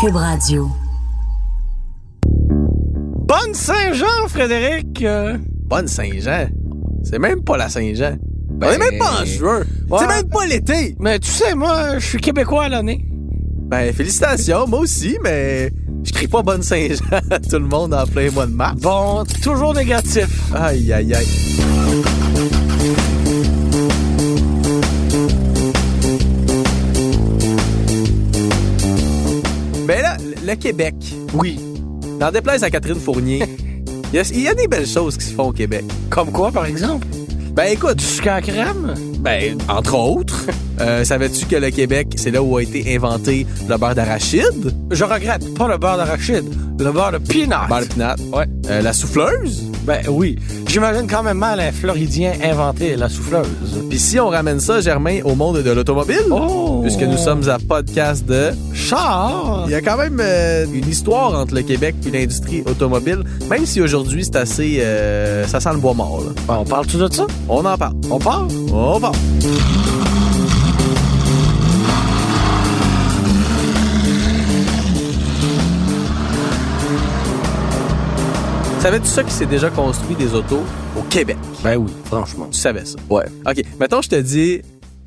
Cube Radio. Bonne Saint-Jean, Frédéric! Euh, Bonne Saint-Jean. C'est même pas la Saint-Jean. On est même pas en juin. Ben, Ouais. C'est même pas l'été. Mais tu sais, moi, je suis québécois à l'année. Ben, félicitations, moi aussi, mais je crie pas Bonne Saint-Jean à tout le monde en plein mois de mars. Bon, toujours négatif. Aïe, aïe, aïe. Mais Ben là, le Québec. Oui. N'en déplaise à Catherine Fournier. Il y, a, il y a des belles choses qui se font au Québec. Comme quoi, par exemple? Ben écoute, Jusqu'à crème? Ben, entre autres, euh, savais-tu que le Québec, c'est là où a été inventé le beurre d'arachide? Je regrette pas le beurre d'arachide, le beurre de peanut. Beurre de pinat. Ouais. Ben, Euh, la souffleuse? Ben oui. J'imagine quand même mal un Floridien inventer la souffleuse. Puis si on ramène ça, Germain, au monde de l'automobile, Oh! puisque nous sommes à podcast de... Char! Il y a quand même euh, une histoire entre le Québec puis l'industrie automobile, même si aujourd'hui, c'est assez... euh, ça sent le bois mort, là. Ben, on parle-tu de ça? On en parle. On parle? On part. Savais-tu ça qui s'est déjà construit des autos au Québec? Ben oui, franchement. Tu savais ça? Ouais. OK. Mettons, je te dis,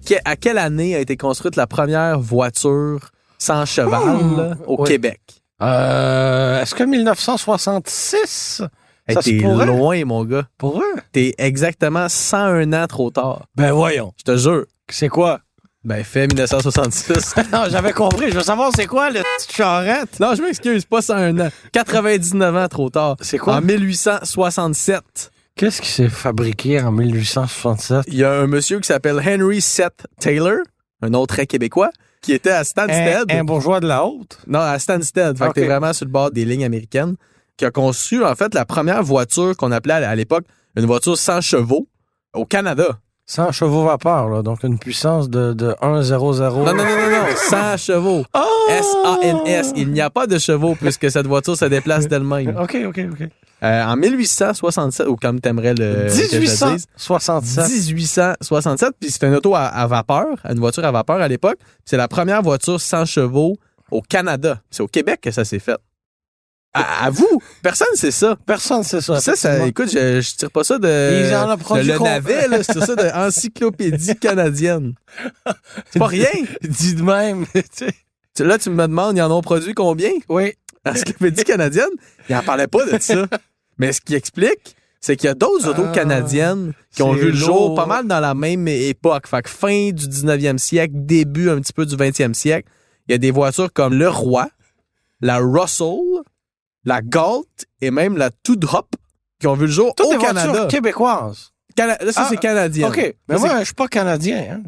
que- à quelle année a été construite la première voiture sans cheval là, au Ouais. Québec? Euh, est-ce que 1966? Hey, ça se T'es pourrait loin, mon gars. pour eux? T'es exactement 101 ans trop tard. Ben voyons. Je te jure. C'est quoi? Ben, fait 1966. Non, j'avais compris. Je veux savoir c'est quoi le petite charrette. Non, je m'excuse, pas ça un an. 99 ans trop tard. C'est quoi? En 1867, Qu'est-ce qui s'est fabriqué en 1867? il y a un monsieur qui s'appelle Henry Seth Taylor, un autre très québécois, qui était à Un, Stansted. un bourgeois de la haute? Non, à Stansted. Fait Eh, Ok. que t'es vraiment sur le bord des lignes américaines. Qui a conçu, en fait, la première voiture qu'on appelait à l'époque une voiture sans chevaux au Canada. 100 chevaux vapeur, là, donc une puissance de, de 1,00. Non, non, non, non, non, sans chevaux. Oh! S-A-N-S. Il n'y a pas de chevaux puisque cette voiture se déplace d'elle-même. OK, OK, OK. Euh, en 1867, ou comme t'aimerais le. que je le dise. 1867. 1867, puis c'est une auto à, à vapeur, une voiture à vapeur à l'époque. C'est la première voiture sans chevaux au Canada. C'est au Québec que ça s'est fait. À, à vous, personne sait ça. Personne sait ça. Ça, ça, effectivement. écoute, je, je tire pas ça de, Ils en ont produit de le con- navet, là, c'est ça de encyclopédie canadienne. C'est pas rien. Dit de même. tu sais. Tu- Là, tu me demandes, ils en ont produit combien? oui. Encyclopédie canadienne, ils en parlaient pas de ça. Mais ce qui explique, c'est qu'il y a d'autres autos Ah, canadiennes qui ont c'est vu le jour lourd. pas mal dans la même époque. Fait que fin du 19e siècle, début un petit peu du 20e siècle, il y a des voitures comme le Roi, la Russell, la Galt et même la Toudrop qui ont vu le jour Toutes au des Canada. voitures québécoises. Cana- là, ça, Ah, c'est canadien. OK. Mais Ça, moi, je suis pas canadien. hein.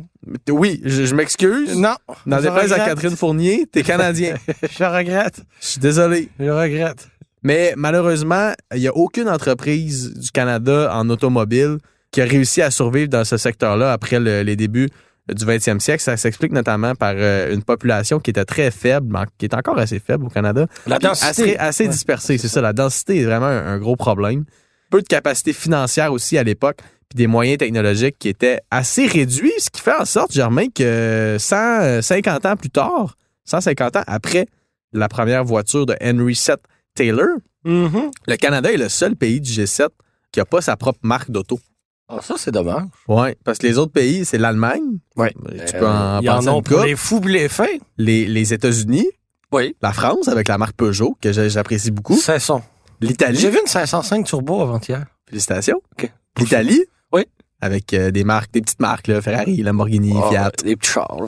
c'est- Oui, je, je m'excuse. Non. N'en je déplaise à regrette. Catherine Fournier, t'es canadien. Je regrette. Je suis désolé. Je regrette. Mais malheureusement, il n'y a aucune entreprise du Canada en automobile qui a réussi à survivre dans ce secteur-là après le- les débuts du 20e siècle. Ça s'explique notamment par euh, une population qui était très faible, mais en- qui est encore assez faible au Canada. La Assez, assez dispersée, c'est ça. La densité est vraiment un, un gros problème. Peu de capacité financière aussi à l'époque, puis des moyens technologiques qui étaient assez réduits, ce qui fait en sorte, Germain, que 150 ans plus tard, 150 ans après la première voiture de Henry Seth Taylor, Mhm. le Canada est le seul pays du G7 qui n'a pas sa propre marque d'auto. Ah, ça, c'est dommage. Oui, parce que les autres pays, c'est l'Allemagne, Oui. Tu peux en Euh, Ils en penser ont une pour couple. les fous pis les fins. les, les États-Unis, Oui. la France avec la marque Peugeot, que j'a- j'apprécie beaucoup, 500. J'ai l'Italie, vu une 505 turbo avant-hier. félicitations, OK. l'Italie, Oui. avec euh, des marques, des petites marques, là, Ferrari, Lamborghini, Fiat, Ah, Les petits chars, là.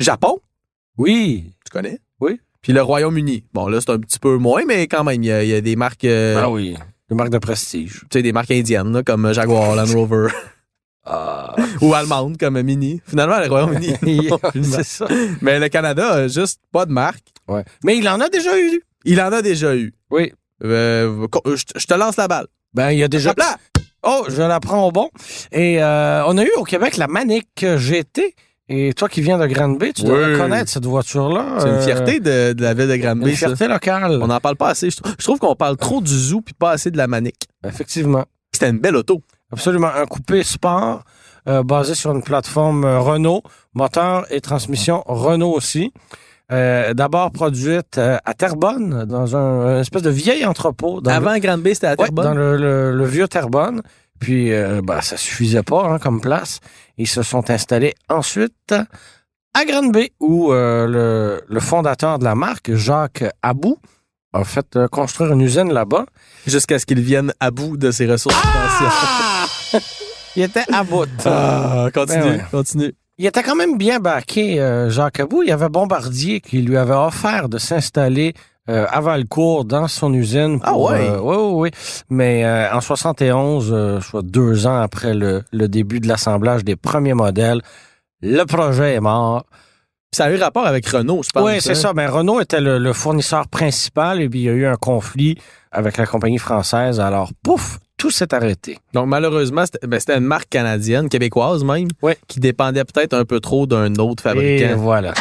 Japon, Oui. tu connais? Oui. Puis le Royaume-Uni. Bon, là, c'est un petit peu moins, mais quand même, il y, a- il y a des marques, euh, Ah oui. Une marque de prestige. tu sais, des marques indiennes, là, comme Jaguar, Land Rover, Ah. ou allemandes, comme Mini. Finalement, le Royaume-Uni. non, finalement. c'est ça. Mais le Canada a juste pas de marque. Ouais. Mais il en a déjà eu. Il en a déjà eu. Oui. Euh, co- je te- je te lance la balle. Ben, il y a déjà. Hop là! Oh, je la prends au bon. Et euh, on a eu au Québec la Manic GT. Et toi qui viens de Granby, tu dois Oui. reconnaître cette voiture-là. C'est une Euh, fierté de, de la ville de Une Granby. ça. fierté locale. On n'en parle pas assez. Je, trou- je trouve qu'on parle trop du zoo puis pas assez de la manique. Effectivement. C'était une belle auto. Absolument. Un coupé sport euh, basé sur une plateforme euh, Renault, moteur et transmission Renault aussi. euh, d'abord produite euh, à Terrebonne, dans un, un espèce de vieil entrepôt. Dans Avant Grande B, c'était à le, Ouais, Terrebonne. dans le, le- le vieux Terrebonne. Puis, euh, ben, ça suffisait pas hein, comme place. Ils se sont installés ensuite à Grande Bay, où euh, le, le fondateur de la marque, Jacques Abou, a fait euh, construire une usine là-bas. Jusqu'à ce qu'ils viennent à bout de ces ressources Ah! financières. Il était à bout. Ah, continue, Ben ouais. continue. Il était quand même bien baqué, euh, Jacques Abou. Il y avait Bombardier qui lui avait offert de s'installer euh, à Valcourt dans son usine. Ah ouais? euh, oui, oui, oui. Mais euh, en 71, euh, soit deux ans après le, le début de l'assemblage des premiers modèles, le projet est mort. Ça a eu rapport avec Renault, je pense. oui, c'est hein. ça. Mais Renault était le, le fournisseur principal et puis il y a eu un conflit avec la compagnie française. Alors, pouf, tout s'est arrêté. Donc, malheureusement, c'était ben, c'était une marque canadienne, québécoise même, Ouais. qui dépendait peut-être un peu trop d'un autre Et fabricant. voilà.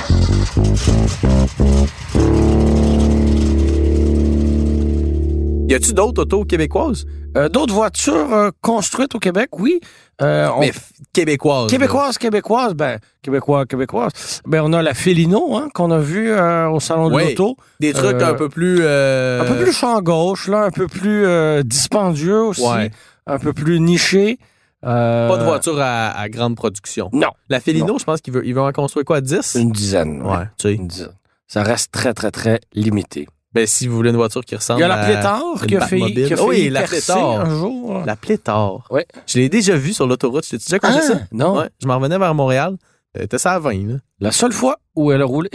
Y a-tu d'autres autos québécoises? Euh, D'autres voitures euh, construites au Québec, oui. Euh, on- Mais f- québécoises. Québécoise, québécoise, ben, québécois, québécoise. Ben, on a la Félino, hein, qu'on a vue euh, au Salon de Oui. l'Auto. là. Des trucs Euh, un peu plus... euh, Un peu plus champ gauche, là, un peu plus euh, dispendieux aussi. Ouais. Un peu plus niché. Euh, Pas de voiture à, à grande production. Non. La Félino, je pense qu'il veut, il veut en construire quoi, 10? Une dizaine. Ouais, tu sais. Une dizaine. Ça reste très, très, très limité. Ben, si vous voulez une voiture qui ressemble Il y a la à- pléthore une qui a failli, Batmobile. qui a failli Oui, la percer pléthore. un jour. La pléthore. Ouais. Je l'ai déjà vue sur l'autoroute. Je t'ai déjà conté Ah, ça? non. Ouais. Je m'en revenais vers Montréal. Euh, T'es ça à 20, là. La seule fois où elle a roulé,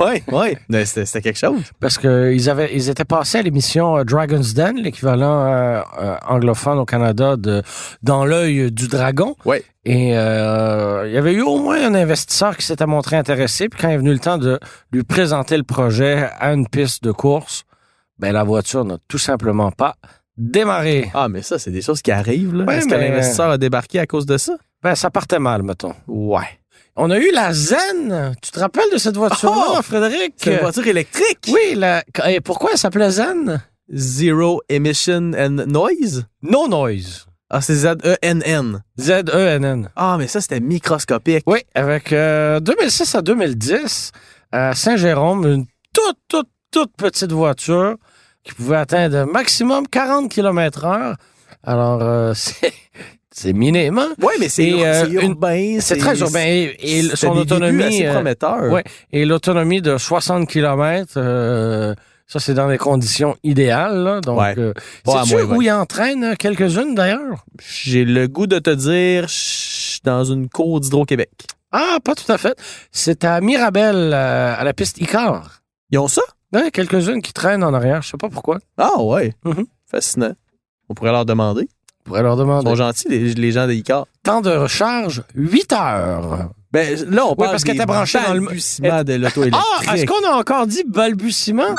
Ouais, ouais. Mais C'était c'était quelque chose. parce qu'ils avaient, ils étaient passés à l'émission euh, Dragon's Den, l'équivalent euh, euh, anglophone au Canada de Dans l'œil du dragon. Ouais. Et euh, il y avait eu au moins un investisseur qui s'était montré intéressé. Puis quand est venu le temps de lui présenter le projet à une piste de course, ben la voiture n'a tout simplement pas démarré. Ah, mais ça, c'est des choses qui arrivent, là. Ouais, Est-ce que mais- l'investisseur a débarqué à cause de ça? Ben ça partait mal, mettons. Ouais. On a eu la Zen. Tu te rappelles de cette voiture-là, Oh! Frédéric? C'est une voiture électrique? Oui, la... et pourquoi elle s'appelait Zen? Zero Emission and Noise? No Noise. Ah, c'est Z-E-N-N. Z-E-N-N. Ah, mais ça, c'était microscopique. Oui, avec euh, 2006 à 2010, à euh, Saint-Jérôme, une toute, toute, toute petite voiture qui pouvait atteindre un maximum 40 km heure. Alors, euh, c'est c'est minime. hein? Ouais, mais c'est Et, euh, c'est une- urbain. C'est très urbain. Et, et c'était son des débuts autonomie assez euh, prometteur. ouais. et l'autonomie de 60 km, ça, c'est dans les conditions idéales. là. Donc, Ouais. euh, Pas à sais-tu moins vingt. où il entraîne euh, quelques-unes, d'ailleurs? J'ai le goût de te dire, je suis dans une cour d'Hydro-Québec. Ah, pas tout à fait. C'est à Mirabel, euh, à la piste Icar. Ils ont ça? Il y en a quelques-unes qui traînent en arrière, je sais pas pourquoi. Ah ouais. Mhm. Fascinant. On pourrait leur demander. On pourrait leur Ils sont demander. gentils, les, les gens des ICAR. Temps de recharge, 8 heures. Ben là, on Oui, parce que t'es branché dans le- balbutiements de l'auto électrique. Ah, est-ce qu'on a encore dit balbutiement?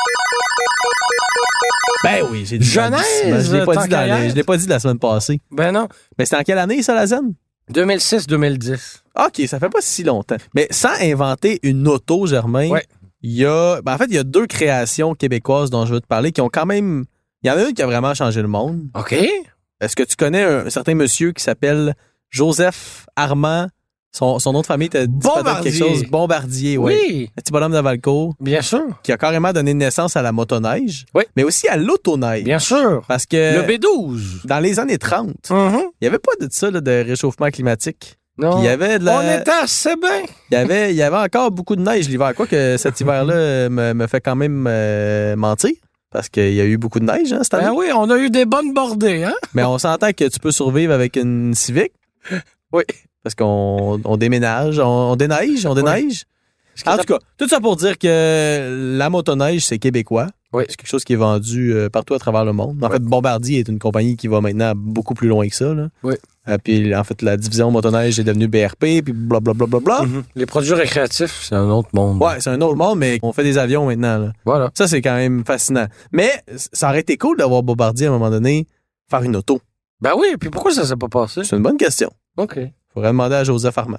Ben oui, j'ai dit Genèse, balbutiements. Je l'ai tant pas dit dans qu'à les- y je l'ai pas dit la semaine passée. Ben non. Mais c'était en quelle année, ça, la Zen? 2006-2010. OK, ça fait pas si longtemps. Mais sans inventer une auto, Germain, Ouais. il y a. ben, en fait, il y a deux créations québécoises dont je veux te parler qui ont quand même. Il y en a une qui a vraiment changé le monde. OK. Est-ce que tu connais un, un certain monsieur qui s'appelle Joseph Armand? Son, son nom de famille t'a dit peut-être Bombardier. quelque chose. Bombardier, ouais. Oui, Un petit bonhomme de Valcourt bien sûr. qui a carrément donné naissance à la motoneige, Oui. mais aussi à l'autoneige. Bien sûr. Parce que Le B12. dans les années 30, il Mhm. n'y avait pas de ça, là, de réchauffement climatique. Puis Non. Mm-hmm. Il y avait de On la- était assez bien. il y avait, il y avait encore beaucoup de neige l'hiver. Quoi que cet hiver-là euh, me, me fait quand même euh, mentir. Parce qu'il y a eu beaucoup de neige hein, cette année. Ben oui, on a eu des bonnes bordées, hein? Mais on s'entend que tu peux survivre avec une Civic. Oui. Parce qu'on on déménage, on, on déneige, on déneige. En tout cas, tout ça pour dire que la motoneige, c'est québécois. Oui. C'est quelque chose qui est vendu euh, partout à travers le monde. En fait, Bombardier est une compagnie qui va maintenant beaucoup plus loin que ça. là. Oui. Euh, puis, en fait, la division motoneige est devenue BRP, puis blablabla. Mhm. Les produits récréatifs, c'est un autre monde. Mm-hmm. Ouais, c'est un autre monde, mais on fait des avions maintenant. là. Voilà. Ça, c'est quand même fascinant. Mais ça aurait été cool d'avoir Bombardier à un moment donné faire une auto. Ben oui, puis pourquoi ça s'est pas passé? C'est une bonne question. OK. Faudrait demander à Joseph Armand.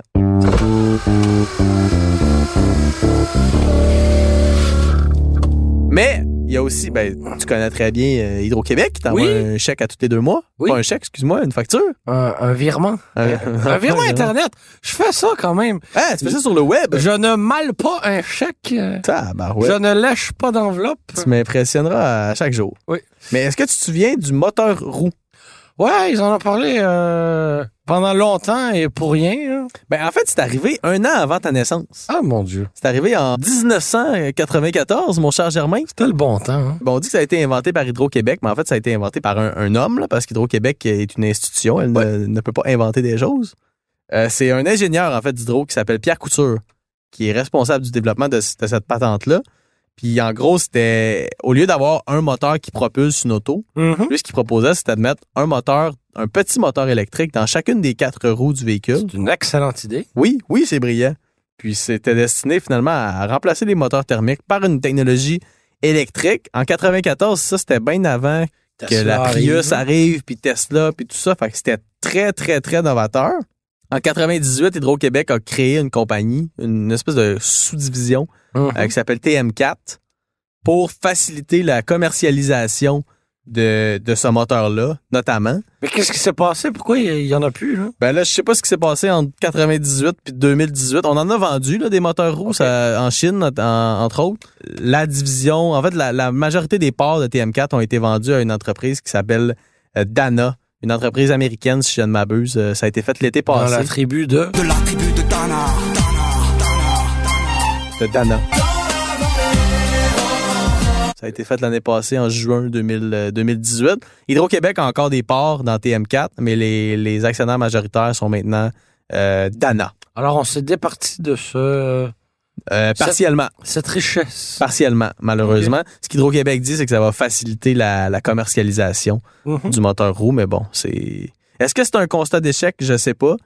Mais il Il y a aussi, ben, tu connais très bien euh, Hydro-Québec qui t'envoie Oui. un chèque à tous les deux mois. Oui. Pas un chèque, excuse-moi, une facture. Un, un virement. Un- Un hein. virement Internet. Je fais ça quand même. Ah, tu fais ça sur le web. Je ne malle pas un chèque. euh, Tabarouette. Je ne lèche pas d'enveloppe. Tu m'impressionneras à chaque jour. Oui. Mais est-ce que tu te souviens du moteur roue? Ouais, ils en ont parlé euh, pendant longtemps et pour rien. hein. Ben, en fait, c'est arrivé un an avant ta naissance. Ah mon Dieu. C'est arrivé en 1994, mon cher Germain. C'était le bon temps. hein. Bon, on dit que ça a été inventé par Hydro-Québec, mais en fait, ça a été inventé par un, un homme, là, parce qu'Hydro-Québec est une institution, elle ne- ne, peut pas inventer des choses. Euh, c'est un ingénieur, en fait, d'Hydro qui s'appelle Pierre Couture, qui est responsable du développement de, c- de cette patente-là. Puis, en gros, c'était, au lieu d'avoir un moteur qui propulse une auto, Mhm. lui, ce qu'il proposait, c'était de mettre un moteur, un petit moteur électrique dans chacune des quatre roues du véhicule. C'est une excellente idée. Oui, oui, c'est brillant. Puis c'était destiné finalement à remplacer les moteurs thermiques par une technologie électrique. En 94, ça c'était bien avant que Tesla la Prius arrive. hein. arrive, puis Tesla, puis tout ça. Fait que c'était très, très, très novateur. En 98, Hydro-Québec a créé une compagnie, une espèce de sous-division Mhm. euh, qui s'appelle TM4 pour faciliter la commercialisation de, de ce moteur-là, notamment. Mais qu'est-ce qui s'est passé? Pourquoi il y- il y en a plus, là? Ben là, je sais pas ce qui s'est passé entre 98 puis 2018. On en a vendu là, des moteurs roues ça, en Chine, en- entre autres. La division, en fait, la, la majorité des parts de TM4 ont été vendues à une entreprise qui s'appelle euh, Dana, une entreprise américaine, si je ne m'abuse. Euh, ça a été fait l'été Dans passé. la tribu de... de la tribu de Dana. de Dana. Ça a été fait l'année passée, en juin 2000, euh, 2018. Hydro-Québec a encore des parts dans TM4, mais les, les actionnaires majoritaires sont maintenant euh, Dana. Alors, on s'est départi de ce... Euh, Ça- partiellement, cette richesse. partiellement, malheureusement. Ce qu'Hydro-Québec dit, c'est que ça va faciliter la, la commercialisation Mhm. du moteur roue, mais bon, c'est... Est-ce que c'est un constat d'échec? Je sais pas.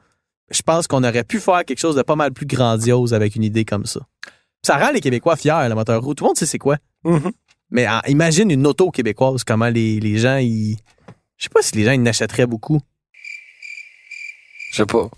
Je pense qu'on aurait pu faire quelque chose de pas mal plus grandiose avec une idée comme ça. Ça rend les Québécois fiers, le moteur roue. Tout le monde sait c'est quoi. Mhm. Mais ah, imagine une auto québécoise, comment les, les gens, ils... Je sais pas si les gens, ils n'achèteraient beaucoup. Je sais pas.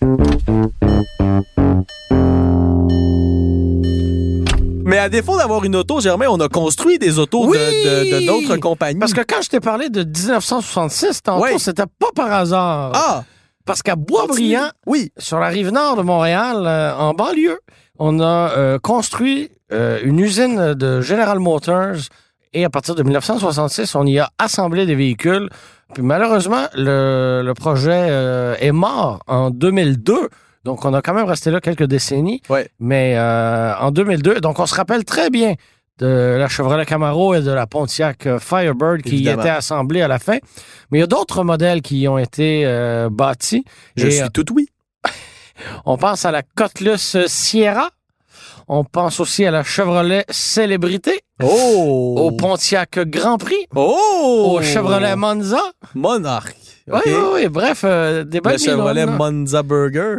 Mais à défaut d'avoir une auto, Germain, on a construit des autos de- Oui! de- de d'autres compagnies. Parce que quand je t'ai parlé de 1966, tantôt, Ouais. c'était pas par hasard. Ah! Parce qu'à Boisbriand, Oui. sur la rive nord de Montréal, euh, en banlieue, on a euh, construit euh, une usine de General Motors et à partir de 1966, on y a assemblé des véhicules. Puis malheureusement, le, le projet euh, est mort en 2002. Donc, on a quand même resté là quelques décennies. Ouais. Mais euh, en 2002, donc on se rappelle très bien de la Chevrolet Camaro et de la Pontiac euh, Firebird qui y Évidemment. étaient assemblés à la fin. Mais il y a d'autres modèles qui y ont été euh, bâtis. Je Et, euh, suis tout oui. on pense à la Cottlus Sierra. On pense aussi à la Chevrolet Célébrité, Oh! au Pontiac Grand Prix, Oh! au Chevrolet Monza. Monarch. Oui, OK. oui, oui. Bref, euh, des belles Le Chevrolet minaudes, là. Monza Burger.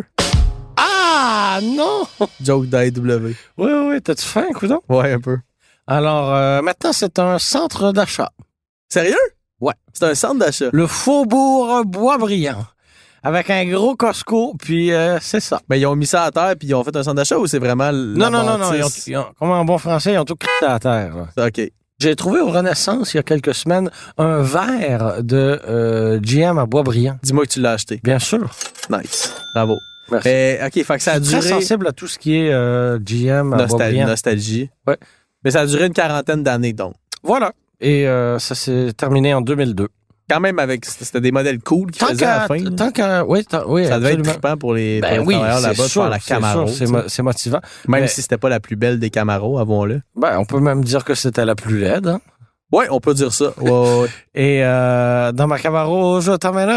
Ah, non! Joke d'AEW. Oui, oui, t'as-tu faim, coudon? Ouais, un peu. Alors, euh, maintenant, c'est un centre d'achat. Sérieux? Ouais. C'est un centre d'achat. Le Faubourg Boisbriand. Avec un gros Costco, puis euh, c'est ça. Mais ils ont mis ça à terre puis ils ont fait un centre d'achat ou c'est vraiment. Non, non, non, non. ils ont- ils ont- comme en bon français, ils ont tout crité à terre. là. OK. J'ai trouvé au Renaissance, il y a quelques semaines, un verre de euh, GM à Boisbriand. Dis-moi que tu l'as acheté. Bien sûr. Nice. Bravo. Merci. Mais, OK, fait que ça a Très duré. sensible à tout ce qui est euh, GM à Nostal- Boisbriand. nostalgie. Ouais. Mais ça a duré une quarantaine d'années, donc. Voilà. Et euh, ça s'est terminé en 2002. Quand même, avec. C'était des modèles cool qui faisaient à la fin. là. tant qu'à- oui, tant- oui, ça devait être absolument. trippant pour les, pour Ben les oui, travailleurs là-bas c'est de sûr, faire la c'est Camaro. sûr, c'est tu sais. mo- c'est motivant. Même Mais- si c'était pas la plus belle des Camaros, avouons-le. Ben, on peut même dire que c'était la plus laide. hein. Ouais, on peut dire ça. Ouais, ouais, ouais. Et euh, dans ma Camaro, je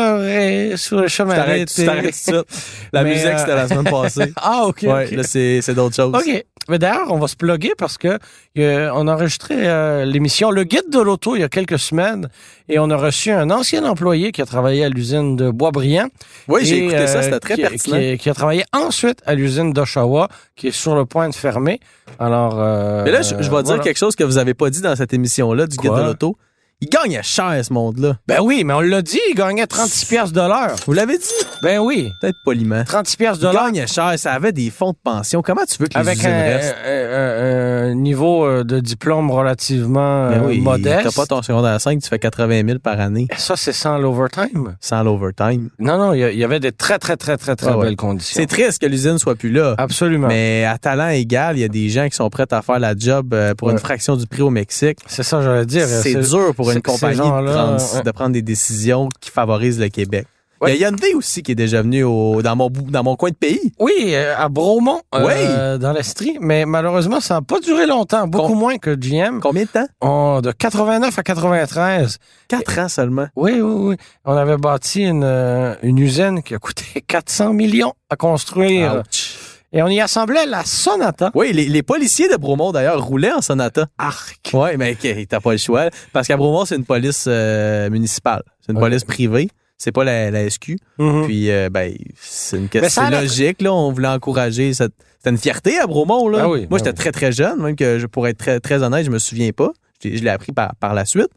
t'emmènerai sur le Je chemin. t'arrête, d'été. je t'arrête tout de suite. La Mais, musique, euh, c'était la semaine passée. Ah, ok. ouais, ok. là, c'est, c'est d'autres choses. OK. Mais d'ailleurs, on va se plugger parce que euh, on a enregistré euh, l'émission Le Guide de l'auto il y a quelques semaines et on a reçu un ancien employé qui a travaillé à l'usine de Boisbriand. Oui, j'ai et, écouté ça, euh, c'était très qui- pertinent. Qui, qui a travaillé ensuite à l'usine d'Oshawa qui est sur le point de fermer. Alors. euh, Mais là, je, je vais voilà. dire quelque chose que vous avez pas dit dans cette émission-là du Quoi? guide de l'auto. Il gagne cher, ce monde-là. Ben oui, mais on l'a dit, il gagnait 36 piastres de l'heure. Vous l'avez dit? Ben oui, Peut-être poliment. 36 piastres de Il l'heure. gagne cher, ça avait des fonds de pension. Comment tu veux que les Avec usines un, restent? euh, euh, euh, un niveau euh, de diplôme relativement Mais euh, Ben oui, modeste. T'as pas ton secondaire 5, tu fais 80 000 par année Ça, c'est sans l'overtime. sans l'overtime. Non, non, il y a- il y, avait des très, très, très, très, très Ah ouais. belles conditions. C'est triste que l'usine soit plus là. Absolument. Mais à talent égal, il y a des gens qui sont prêts à faire la job euh, pour Ouais. une fraction du prix au Mexique. C'est ça, j'allais dire. C'est dur pour c'est- une ces compagnie de, gens-là, prendre, ouais. de prendre des décisions qui favorisent le Québec. Ouais. Il y a Hyundai aussi qui est déjà venu au- dans, mon, bout- dans mon coin de pays. Oui, euh, à Bromont, euh, dans l'Estrie. Mais malheureusement, ça n'a pas duré longtemps. Beaucoup Com- moins que GM. Combien de temps? On- de 89 à 93. Quatre ans seulement. Oui, oui, oui. On avait bâti une, euh, une usine qui a coûté 400 millions à construire. Ouch. Et on y assemblait la Sonata. Oui, les, les policiers de Bromont, d'ailleurs, roulaient en Sonata. Arc. Oui, mais ok, t'as pas le choix. Parce qu'à Bromont, c'est une police euh, municipale. C'est une Ok. police privée. C'est pas la, la SQ. Mhm. Puis, euh, ben, c'est une Mais question ça a c'est l'air- logique, là. On voulait encourager. cette- C'était une fierté à Bromont, là. Ah oui, Moi, ah j'étais oui. très, très jeune, même que je, pour être très, très honnête, je me souviens pas. Je, je l'ai appris par, par la suite.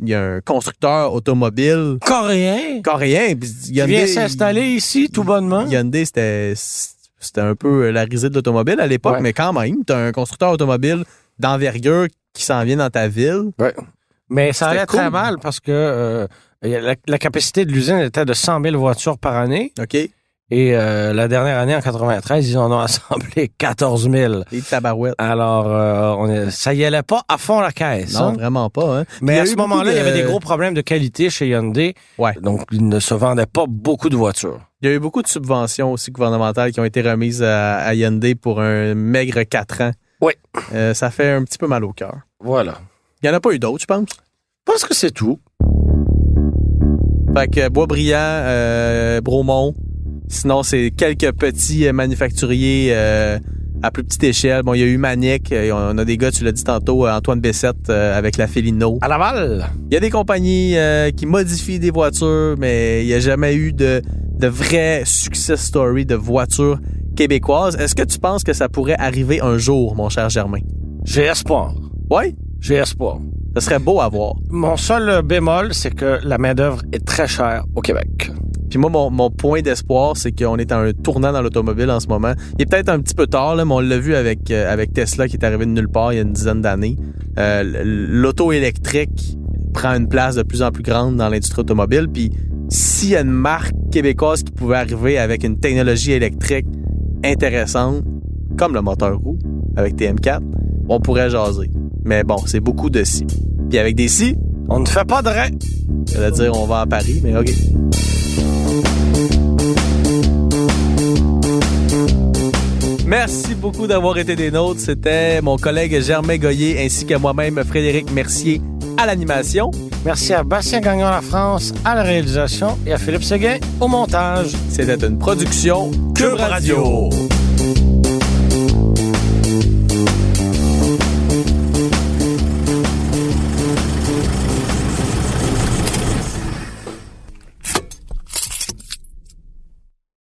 Il y a un constructeur automobile Coréen coréen. puis qui Hyundai- vient s'installer ici tout bonnement. Hyundai, c'était c'était un peu la risée de l'automobile à l'époque, Ouais. mais quand même, t'as un constructeur automobile d'envergure qui s'en vient dans ta ville. Mais ça allait C'était très cool. mal parce que euh, la, la capacité de l'usine était de 100 000 voitures par année. OK? Et Et euh, la dernière année, en 93, ils en ont assemblé 14 000. tabarouettes. Alors, euh, on est- ça y allait pas à fond la caisse. Non, hein. vraiment pas. Hein? Mais il y à a ce eu beaucoup moment-là, il y de- avait des gros problèmes de qualité chez Hyundai. Ouais. Donc, il ne se vendait pas beaucoup de voitures. Il y a eu beaucoup de subventions aussi gouvernementales qui ont été remises à, à Hyundai pour un maigre 4 ans. Oui. Euh, ça fait un petit peu mal au cœur. Voilà. Il n'y en a pas eu d'autres, je pense. Je pense que c'est tout. Fait que Boisbriand, euh, Bromont, sinon c'est quelques petits euh, manufacturiers euh, à plus petite échelle. Bon, il y a eu Manic, euh, on a des gars, tu l'as dit tantôt, euh, Antoine Bessette euh, avec la Felino. À Laval. Il y a des compagnies euh, qui modifient des voitures, mais il n'y a jamais eu de, de vrai success story de voiture québécoise. Est-ce que tu penses que ça pourrait arriver un jour, mon cher Germain? J'ai espoir. Oui, J'ai espoir. ça serait beau à voir. Mon seul bémol, c'est que la main-d'œuvre est très chère au Québec. Puis moi, mon, mon point d'espoir, c'est qu'on est à un tournant dans l'automobile en ce moment. Il est peut-être un petit peu tard, là, mais on l'a vu avec, euh, avec Tesla qui est arrivé de nulle part il y a une dizaine d'années. Euh, l- L'auto électrique prend une place de plus en plus grande dans l'industrie automobile. Puis s'il y a une marque québécoise qui pouvait arriver avec une technologie électrique intéressante, comme le moteur roue avec TM4, on pourrait jaser. Mais bon, c'est beaucoup de si. Puis avec des si, On ne fait pas de rêve. J'allais dire on va à Paris, mais OK. Merci beaucoup d'avoir été des nôtres. C'était mon collègue Germain Goyer ainsi que moi-même Frédéric Mercier à l'animation. Merci à Bastien Gagnon La France à la réalisation et à Philippe Séguin au montage. C'était une production Cube Radio.